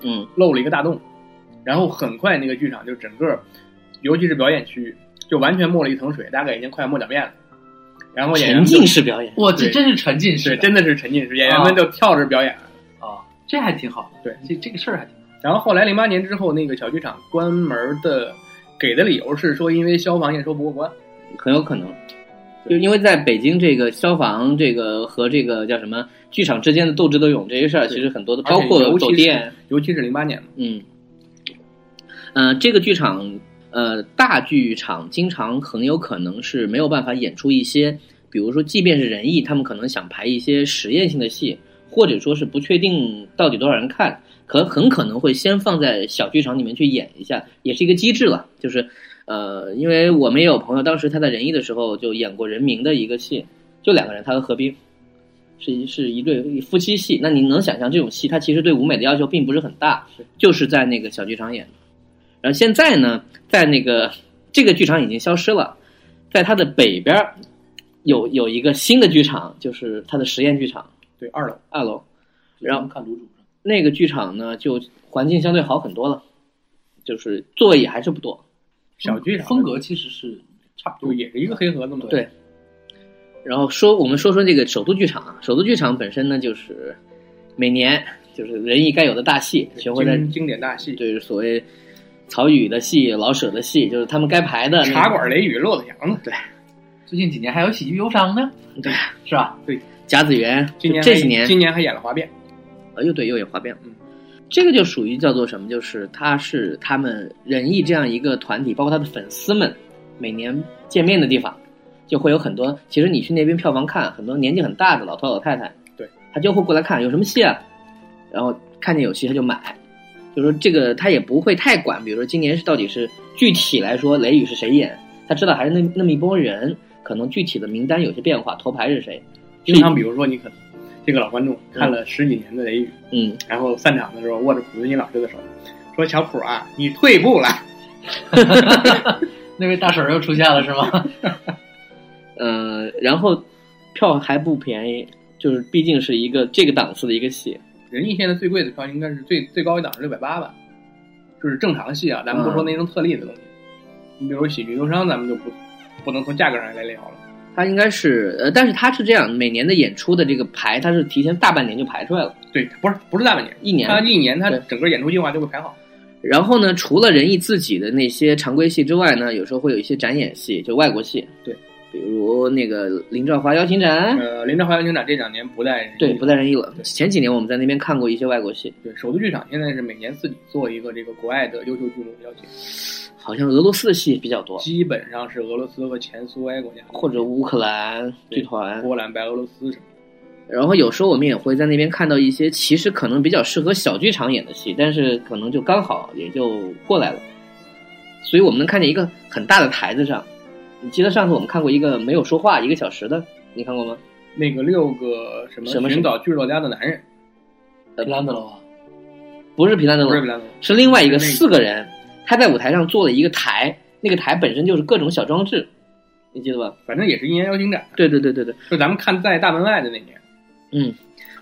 [SPEAKER 1] 嗯
[SPEAKER 3] 漏了一个大洞，然后很快那个剧场就整个，尤其是表演区域，就完全没了一层水，大概已经快没两遍了。然后演
[SPEAKER 1] 沉
[SPEAKER 3] 员们
[SPEAKER 1] 浸式表演，
[SPEAKER 2] 哇，这
[SPEAKER 3] 对
[SPEAKER 2] 真是沉浸
[SPEAKER 3] 是
[SPEAKER 2] 式的
[SPEAKER 3] 真的是沉浸式，演员们就跳着表演。
[SPEAKER 2] 啊，这还挺好的。
[SPEAKER 3] 对，
[SPEAKER 2] 这这个事儿还挺好。
[SPEAKER 3] 然后后来零八年之后，那个小剧场关门的，给的理由是说因为消防验收不过关。
[SPEAKER 1] 很有可能，就
[SPEAKER 3] 对
[SPEAKER 1] 因为在北京这个消防这个和这个叫什么剧场之间的斗智斗勇这些事儿，
[SPEAKER 3] 对
[SPEAKER 1] 其实很多的，
[SPEAKER 3] 而且
[SPEAKER 1] 包括
[SPEAKER 3] 尤其
[SPEAKER 1] 走
[SPEAKER 3] 是
[SPEAKER 1] 店，
[SPEAKER 3] 尤其是零八年嘛，
[SPEAKER 1] 嗯，呃，这个剧场呃大剧场经常很有可能是没有办法演出一些，比如说即便是人艺，他们可能想排一些实验性的戏，或者说是不确定到底多少人看，可很可能会先放在小剧场里面去演一下，也是一个机制了，就是。呃，因为我们也有朋友，当时他在仁义的时候就演过人民的一个戏，就两个人，他和何冰，是一是一对夫妻戏。那你能想象这种戏，它其实对舞美的要求并不是很大，就是在那个小剧场演的。然后现在呢，在那个这个剧场已经消失了，在它的北边儿有有一个新的剧场，就是它的实验剧场
[SPEAKER 3] 对二楼，
[SPEAKER 1] 二楼。然后
[SPEAKER 2] 看卤煮上，
[SPEAKER 1] 那个剧场呢，就环境相对好很多了，就是座位也还是不多。
[SPEAKER 3] 小剧场
[SPEAKER 2] 风格其实是差不
[SPEAKER 3] 就
[SPEAKER 2] 多。
[SPEAKER 3] 也是一个黑盒子嘛。
[SPEAKER 1] 对然后说，我们说说这个首都剧场啊，首都剧场本身呢，就是每年就是仁义该有的大戏，全会在
[SPEAKER 3] 经经典大戏，
[SPEAKER 1] 就是所谓曹禺的戏、老舍的戏，就是他们该排的那个
[SPEAKER 3] 茶馆雷雨骆驼祥子，
[SPEAKER 2] 最近几年还有喜剧忧伤呢，
[SPEAKER 1] 对，
[SPEAKER 2] 是吧？
[SPEAKER 1] 甲子园，
[SPEAKER 3] 今年
[SPEAKER 1] 这
[SPEAKER 3] 还
[SPEAKER 1] 几年
[SPEAKER 3] 今年还演了花变，
[SPEAKER 1] 呃又对又有花变了
[SPEAKER 3] 嗯。
[SPEAKER 1] 这个就属于叫做什么？就是他是他们仁义这样一个团体，包括他的粉丝们每年见面的地方，就会有很多。其实你去那边票房看，很多年纪很大的老头老太太，
[SPEAKER 3] 对，
[SPEAKER 1] 他就会过来看有什么戏啊，然后看见有戏他就买。就说这个他也不会太管，比如说今年是到底是具体来说雷雨是谁演，他知道还是那那么一波人，可能具体的名单有些变化，头牌是谁，
[SPEAKER 3] 经常比如说你可能这个老观众看了十几年的雷雨，
[SPEAKER 1] 嗯，
[SPEAKER 3] 然后散场的时候握着濮存昕老师的手，说小濮啊，你退步了。
[SPEAKER 2] 那位大婶儿又出现了，是吗？
[SPEAKER 1] 呃，然后票还不便宜，就是毕竟是一个这个档次的一个戏，
[SPEAKER 3] 仁义现在最贵的票应该是最最高一档是六百八吧，就是正常戏啊，咱们不说那
[SPEAKER 1] 嗯
[SPEAKER 3] 种特例的东西。你比如喜剧忧伤，咱们就不不能从价格上来聊了。
[SPEAKER 1] 它应该是呃，但是它是这样，每年的演出的这个排，它是提前大半年就排出来了，
[SPEAKER 3] 对，不是不是大半年，
[SPEAKER 1] 一年。
[SPEAKER 3] 他一年他
[SPEAKER 1] 对
[SPEAKER 3] 整个演出计划就会排好。
[SPEAKER 1] 然后呢，除了仁义自己的那些常规戏之外呢，有时候会有一些展演戏，就外国戏，
[SPEAKER 3] 对，
[SPEAKER 1] 比如那个林兆华邀请展，
[SPEAKER 3] 呃，林兆华邀请展这两年不在仁义
[SPEAKER 1] 哎对，不在仁义了。
[SPEAKER 3] 对
[SPEAKER 1] 前几年我们在那边看过一些外国戏，
[SPEAKER 3] 对，首都剧场现在是每年自己做一个这个国外的优秀剧目的邀请，
[SPEAKER 1] 好像俄罗斯的戏比较多，
[SPEAKER 3] 基本上是俄罗斯和前苏维埃国家
[SPEAKER 1] 或者乌克兰剧团，
[SPEAKER 3] 波兰、白俄罗斯什么的。
[SPEAKER 1] 然后有时候我们也会在那边看到一些其实可能比较适合小剧场演的戏，但是可能就刚好也就过来了，所以我们能看见一个很大的台子上你记得上次我们看过一个没有说话一个小时的，你看过吗？
[SPEAKER 3] 那个六个什
[SPEAKER 1] 什么
[SPEAKER 3] 么
[SPEAKER 1] 是
[SPEAKER 3] 寻找剧作家的男人，
[SPEAKER 2] 皮兰德罗啊，
[SPEAKER 1] 呃不是皮兰德
[SPEAKER 3] 不是
[SPEAKER 1] 罗
[SPEAKER 3] 米，兰德，
[SPEAKER 1] 是另外一个
[SPEAKER 3] 是那个
[SPEAKER 1] 四个人，他在舞台上做了一个台，那个台本身就是各种小装置，你记得吧？
[SPEAKER 3] 反正也是一年邀请展，
[SPEAKER 1] 对对对对对，
[SPEAKER 3] 就咱们看在大门外的那年。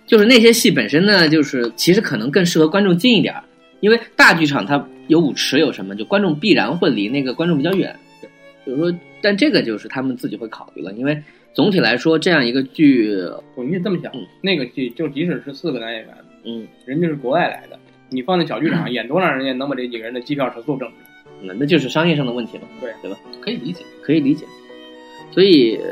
[SPEAKER 1] 就是那些戏本身呢，就是其实可能更适合观众近一点儿，因为大剧场它有舞池有什么，就观众必然会离那个观众比较远。比如说，但这个就是他们自己会考虑了，因为总体来说这样一个剧，
[SPEAKER 3] 我们这么想
[SPEAKER 1] 嗯，
[SPEAKER 3] 那个戏就即使是四个男演员，
[SPEAKER 1] 嗯，
[SPEAKER 3] 人家是国外来的，你放在小剧场演多少人家能把这几个人的机票全凑正了。
[SPEAKER 1] 那那就是商业上的问题嘛，
[SPEAKER 2] 可以理解。
[SPEAKER 1] 可以理解。所以呃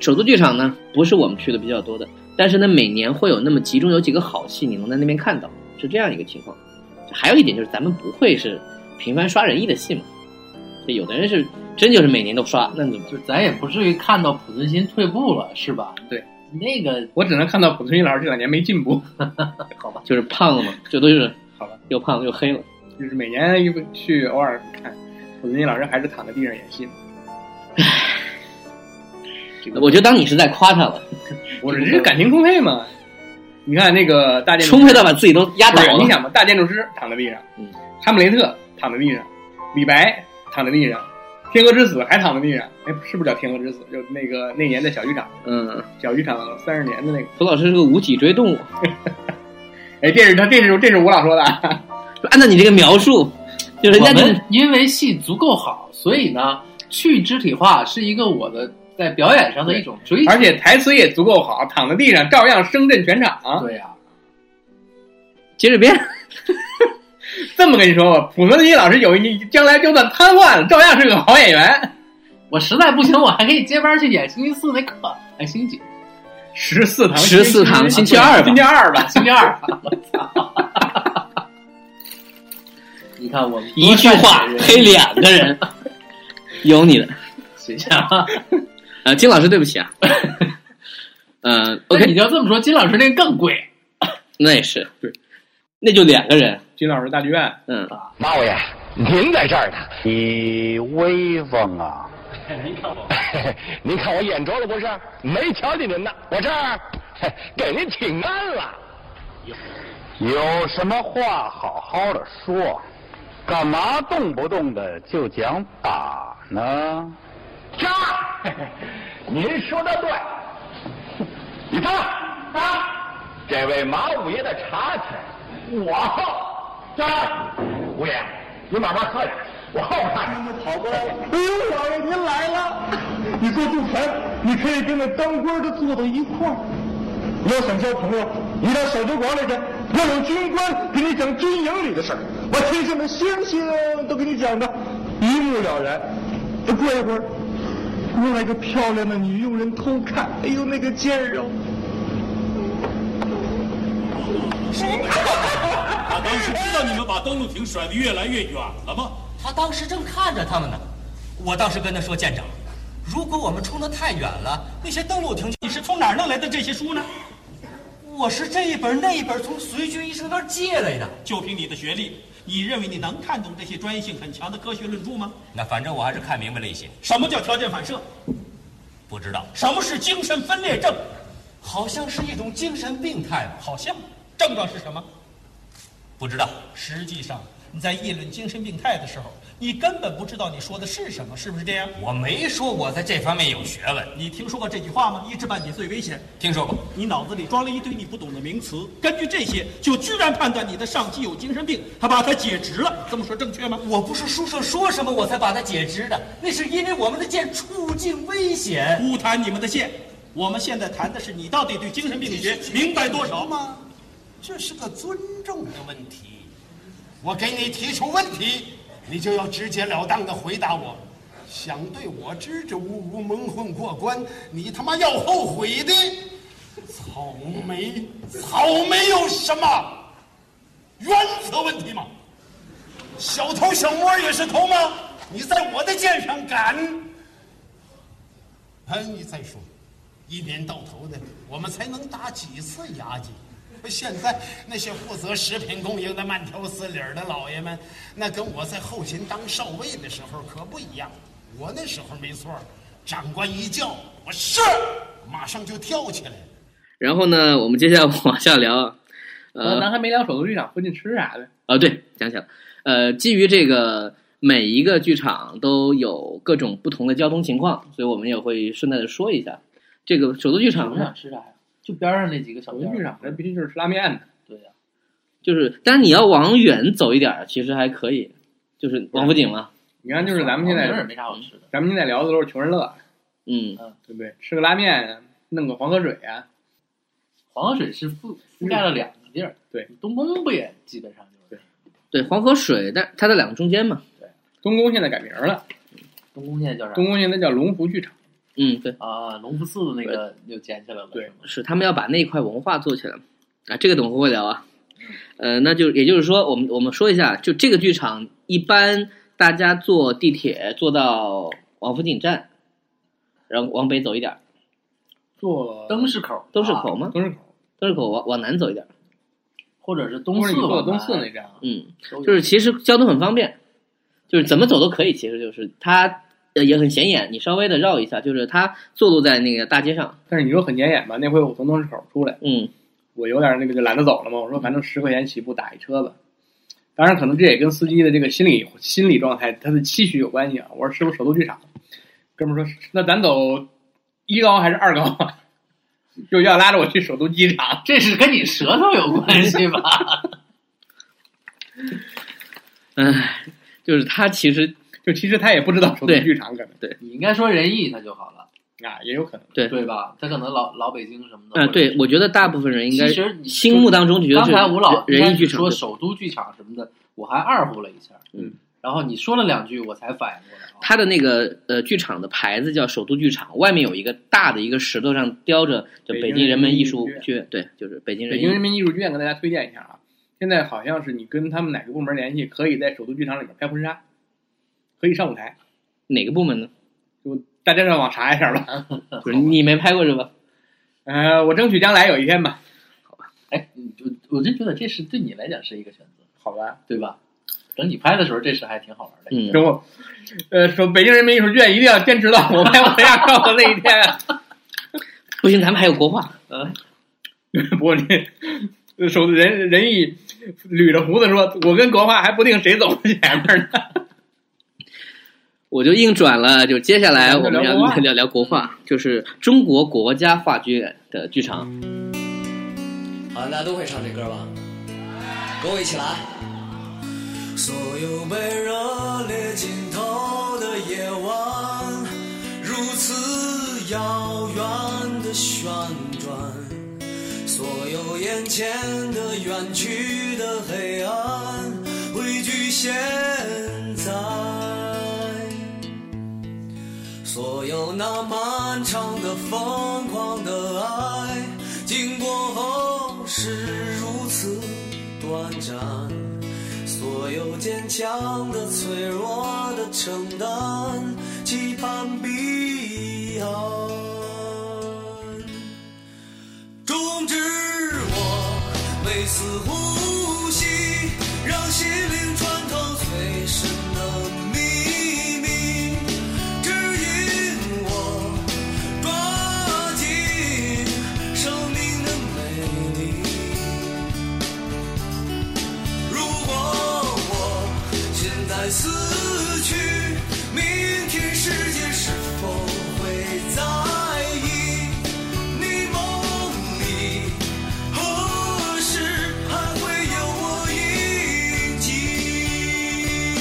[SPEAKER 1] 首都剧场呢，不是我们去的比较多的，但是呢，每年会有那么集中有几个好戏，你能在那边看到，是这样一个情况。还有一点就是，咱们不会是频繁刷仁义的戏嘛，这有的人是真就是每年都刷，那你怎么办？
[SPEAKER 2] 就咱也不至于看到濮存昕退步了，是吧？
[SPEAKER 3] 对，
[SPEAKER 2] 那个
[SPEAKER 3] 我只能看到濮存昕老师这两年没进步，
[SPEAKER 2] 好吧，
[SPEAKER 1] 就是胖了嘛，这都是
[SPEAKER 3] 好吧，
[SPEAKER 1] 又胖又黑了。
[SPEAKER 3] 就是每年一去偶尔看，濮存昕老师还是躺在地上演戏呢。这个
[SPEAKER 1] 我就当你是在夸他了，
[SPEAKER 3] 我这是感情充沛嘛。你看那个大建筑师
[SPEAKER 1] 充沛到把自己都压
[SPEAKER 3] 不
[SPEAKER 1] 倒
[SPEAKER 3] 是，你
[SPEAKER 1] 了。
[SPEAKER 3] 想吧，大建筑师躺在地上，
[SPEAKER 1] 嗯
[SPEAKER 3] 哈姆雷特躺在地上，李白躺在地上，天鹅之死还躺在地上，哎，是不是叫天鹅之死？就那个那年在小剧场，
[SPEAKER 1] 嗯，
[SPEAKER 3] 小剧场三十年的那个，
[SPEAKER 1] 蒲老师是个无脊椎动物，
[SPEAKER 3] 哎，这是他，这是这是吴老说的啊，
[SPEAKER 1] 就按照你这个描述，就人
[SPEAKER 2] 我
[SPEAKER 1] 家就
[SPEAKER 2] 们因为戏足够好，所以呢，去肢体化是一个我的在表演上的一种追求。
[SPEAKER 3] 而且台词也足够好，躺在地上照样声震全场。啊
[SPEAKER 2] 对呀、
[SPEAKER 1] 接着编，
[SPEAKER 3] 这么跟你说吧，濮存昕老师有一年将来就算瘫痪了，照样是个好演员。
[SPEAKER 2] 我实在不行，我还可以接班去演星期四那课，哎，星期几？
[SPEAKER 3] 十四堂，
[SPEAKER 1] 14堂星期二吧
[SPEAKER 3] 星期二吧，
[SPEAKER 2] 星期二。我操！你看我们
[SPEAKER 1] 一句话黑两个人， 有你的。
[SPEAKER 2] 谁呀？
[SPEAKER 1] 啊，金老师，对不起啊。 嗯、o
[SPEAKER 2] 那
[SPEAKER 1] k
[SPEAKER 2] 你要这么说，金老师那个更贵。
[SPEAKER 1] 那也是，
[SPEAKER 3] 对，
[SPEAKER 1] 那就两个人，
[SPEAKER 3] 金老师大剧院，
[SPEAKER 1] 嗯，
[SPEAKER 5] 少爷，您在这儿呢。你威风啊！ 您看我，您看我眼拙了不是？没瞧见您呢，我这儿嘿给您请安了。有什么话好好的说，干嘛动不动的就讲打呢？扎！啊您说的对。你看啊，这位马五爷的茶去，我后这儿五爷，你慢慢喝着，我后边看着。好乖，哎呦，老爷您来了，你坐坐前，你可以跟那当官的坐到一块儿。你要想交朋友，你到小酒馆里去，那有军官给你讲军营里的事儿，把天上的星星都给你讲的一目了然。过一会儿，过来个漂亮的女佣人偷看，哎呦那个劲儿哦！
[SPEAKER 6] 他当时知道你们把登陆艇甩得越来越远了吗？
[SPEAKER 7] 他当时正看着他们呢。我当时跟他说：“舰长，如果我们冲得太远了，那些登陆艇，
[SPEAKER 6] 你是从哪儿弄来的这些书呢？
[SPEAKER 7] 我是这一本那一本从随军医生那儿借来的。
[SPEAKER 6] 就凭你的学历，你认为你能看懂这些专业性很强的科学论著吗？
[SPEAKER 7] 那反正我还是看明白了一些，
[SPEAKER 6] 什么叫条件反射？
[SPEAKER 7] 不知道，
[SPEAKER 6] 什么是精神分裂症？
[SPEAKER 7] 好像是一种精神病态吧？
[SPEAKER 6] 好像症状是什么？
[SPEAKER 7] 不知道，
[SPEAKER 6] 实际上你在议论精神病态的时候，你根本不知道你说的是什么，是不是这样？
[SPEAKER 7] 我没说我在这方面有学问，
[SPEAKER 6] 你听说过这句话吗？一知半解最危险。
[SPEAKER 7] 听说过。
[SPEAKER 6] 你脑子里装了一堆你不懂的名词，根据这些就居然判断你的上级有精神病，还把他解职了，这么说正确吗？
[SPEAKER 7] 我不是书上说什么我才把它解职的，那是因为我们的舰处境危险。
[SPEAKER 6] 不谈你们的线，我们现在谈的是你到底对精神病学明白多少吗？
[SPEAKER 7] 这是个尊重的问题，我给你提出问题，
[SPEAKER 8] 你就要直截了当的回答我。想对我支支吾吾、蒙混过关，你他妈要后悔的！草莓，草莓有什么原则问题吗？小偷小摸也是偷吗？你在我的舰上敢？哎，你再说，一年到头的，我们才能打几次牙祭？ 现在那些负责食品供应的慢条斯理儿的老爷们，那跟我在后勤当少尉的时候可不一样。我那时候没错儿，长官一叫，我是，马上就跳起来。
[SPEAKER 1] 然后呢，我们接下来往下聊，
[SPEAKER 2] 嗯
[SPEAKER 1] 呃
[SPEAKER 3] 咱还没聊首都剧场附近吃啥的，
[SPEAKER 1] 啊，对，想起来了，呃，基于这个每一个剧场都有各种不同的交通情况，所以我们也会顺带的说一下这个首都剧
[SPEAKER 2] 我
[SPEAKER 1] 场啊
[SPEAKER 2] 们
[SPEAKER 1] 呢
[SPEAKER 2] 想，吃啥呀？就边上那几个小
[SPEAKER 3] 首
[SPEAKER 2] 店
[SPEAKER 3] 都
[SPEAKER 2] 儿
[SPEAKER 3] 剧场那必须就是吃拉面的，
[SPEAKER 2] 对呀、
[SPEAKER 1] 就是，但是你要往远走一点儿，其实还可以，就是王府井嘛，
[SPEAKER 3] 你看就是咱们现
[SPEAKER 2] 那儿
[SPEAKER 3] 在
[SPEAKER 2] 没啥好吃的，
[SPEAKER 3] 咱们现在聊的都是穷人乐，啊
[SPEAKER 1] 嗯，
[SPEAKER 3] 对不对？吃个拉面啊，弄个黄河水啊，
[SPEAKER 2] 黄河水是覆覆盖了两个地儿，
[SPEAKER 3] 嗯对，
[SPEAKER 2] 东宫不也基本上就是
[SPEAKER 1] 对，黄河水，但它在两个中间嘛，
[SPEAKER 3] 东宫现在改名了，
[SPEAKER 2] 东宫现在叫啥？
[SPEAKER 3] 东宫现在叫龙湖剧场，
[SPEAKER 1] 嗯，对，
[SPEAKER 2] 啊，隆福寺的那个又捡起来了，
[SPEAKER 3] 对
[SPEAKER 2] 是吗，
[SPEAKER 1] 是他们要把那一块文化做起来啊，这个等会会聊啊。呃，那就也就是说，我们我们说一下，就这个剧场，一般大家坐地铁坐到王府井站，然后往北走一点儿，
[SPEAKER 3] 坐
[SPEAKER 2] 灯市口，
[SPEAKER 1] 灯市口吗？
[SPEAKER 3] 东市啊口，
[SPEAKER 1] 灯市口往往南走一点儿，
[SPEAKER 2] 或者是东
[SPEAKER 3] 或者
[SPEAKER 2] 四
[SPEAKER 3] 你坐
[SPEAKER 2] 往
[SPEAKER 3] 东
[SPEAKER 2] 南
[SPEAKER 3] 四那啊站，
[SPEAKER 1] 嗯，
[SPEAKER 2] 都有
[SPEAKER 1] 就是其实交通很方便，就是怎么走都可以，其实就是它呃也很显眼，你稍微的绕一下，就是它坐落在那个大街上，
[SPEAKER 3] 但是你说很显眼吧？那回我从东市口出来，
[SPEAKER 1] 嗯，
[SPEAKER 3] 我有点那个就懒得走了嘛，我说反正十块钱起步打一车吧。当然，可能这也跟司机的这个心理心理状态、他的期许有关系啊。我说是不是首都剧场？哥们儿说那咱走一高还是二高啊？ 又要拉着我去首都机场，
[SPEAKER 2] 啊这是跟你舌头有关系吧？
[SPEAKER 1] 唉，就是它其实
[SPEAKER 3] 就其实他也不知道首都剧场可能
[SPEAKER 2] 你应该说仁义他就好了，
[SPEAKER 3] 啊，也有可能。
[SPEAKER 2] 对吧？他可能老老北京什么的，
[SPEAKER 1] 啊、对，我觉得大部分人应该
[SPEAKER 2] 其实你
[SPEAKER 1] 心目当中就觉得
[SPEAKER 2] 刚
[SPEAKER 1] 是
[SPEAKER 2] 才吴老
[SPEAKER 1] 仁仁义剧场
[SPEAKER 2] 说
[SPEAKER 1] 对
[SPEAKER 2] 首都剧场什么的，我还二胡了一下，
[SPEAKER 1] 嗯，
[SPEAKER 2] 然后你说了两句，我才反应过来啊，
[SPEAKER 1] 它的那个呃剧场的牌子叫首都剧场，外面有一个大的一个石头上雕着就
[SPEAKER 3] 北
[SPEAKER 1] 北
[SPEAKER 3] 京
[SPEAKER 1] 京
[SPEAKER 3] 人
[SPEAKER 1] 人民
[SPEAKER 3] 民
[SPEAKER 1] 艺
[SPEAKER 3] 艺
[SPEAKER 1] 术
[SPEAKER 3] 术院
[SPEAKER 1] 剧院，对，就是北京人
[SPEAKER 3] 北
[SPEAKER 1] 艺
[SPEAKER 3] 京人民艺术剧院给大家推荐一下啊，现在好像是你跟他们哪个部门联系，可以在首都剧场里面拍婚纱，可以上舞台，
[SPEAKER 1] 哪个部门呢？
[SPEAKER 3] 就大家上网查一下吧。
[SPEAKER 1] 不是你没拍过是吧？
[SPEAKER 3] 呃，我争取将来有一天吧。
[SPEAKER 2] 哎，你就我真觉得这是对你来讲是一个选择，
[SPEAKER 3] 好吧，
[SPEAKER 2] 对吧？等你拍的时候，这事还挺好玩的。
[SPEAKER 1] 嗯，
[SPEAKER 3] 等我，呃，说北京人民艺术剧院一定要坚持到我拍我要照的那一天。啊
[SPEAKER 1] 不行，咱们还有国画，
[SPEAKER 3] 不过这手人人一捋着胡子说：“我跟国画还不定谁走前面呢。
[SPEAKER 1] 我就硬转了。就接下来
[SPEAKER 3] 咱
[SPEAKER 1] 我
[SPEAKER 3] 们
[SPEAKER 1] 们
[SPEAKER 3] 聊
[SPEAKER 1] 要
[SPEAKER 3] 国画
[SPEAKER 1] 聊聊国画，就是中国国家话剧院的剧场。
[SPEAKER 9] 好像大家都会唱这歌吧？跟我一起来。所有被热烈浸透的夜晚，如此遥远的旋转，所有眼前的远去的黑暗，汇聚现在。所有那漫长的、疯狂的爱，经过后是如此短暂。所有坚强的、脆弱的承担，期盼彼岸。终止我每次呼吸，让心灵穿透最深的秘密，指引我抓紧生命的美丽。如果我现在死去，明天世界是否会在意？你梦里何时还会有我影迹？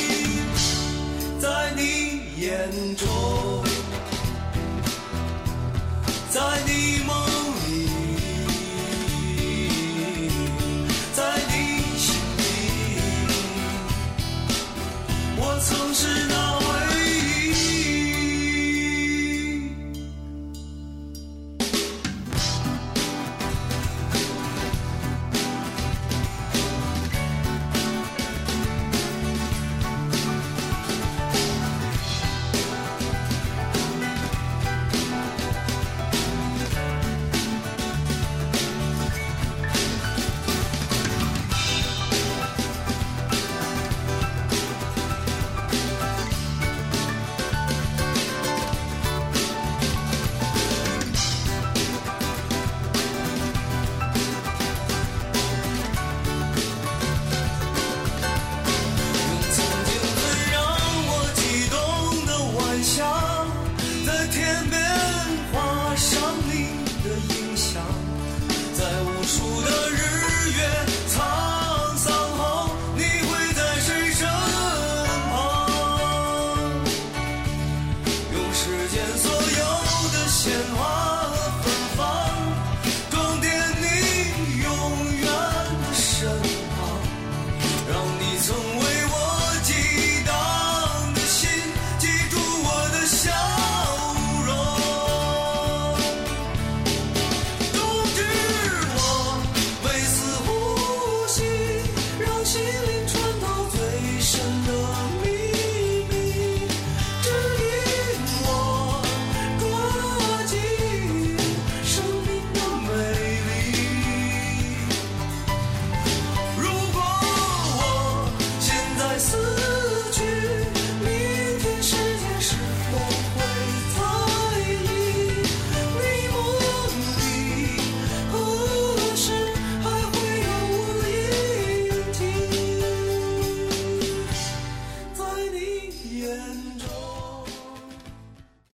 [SPEAKER 9] 在你眼中，在你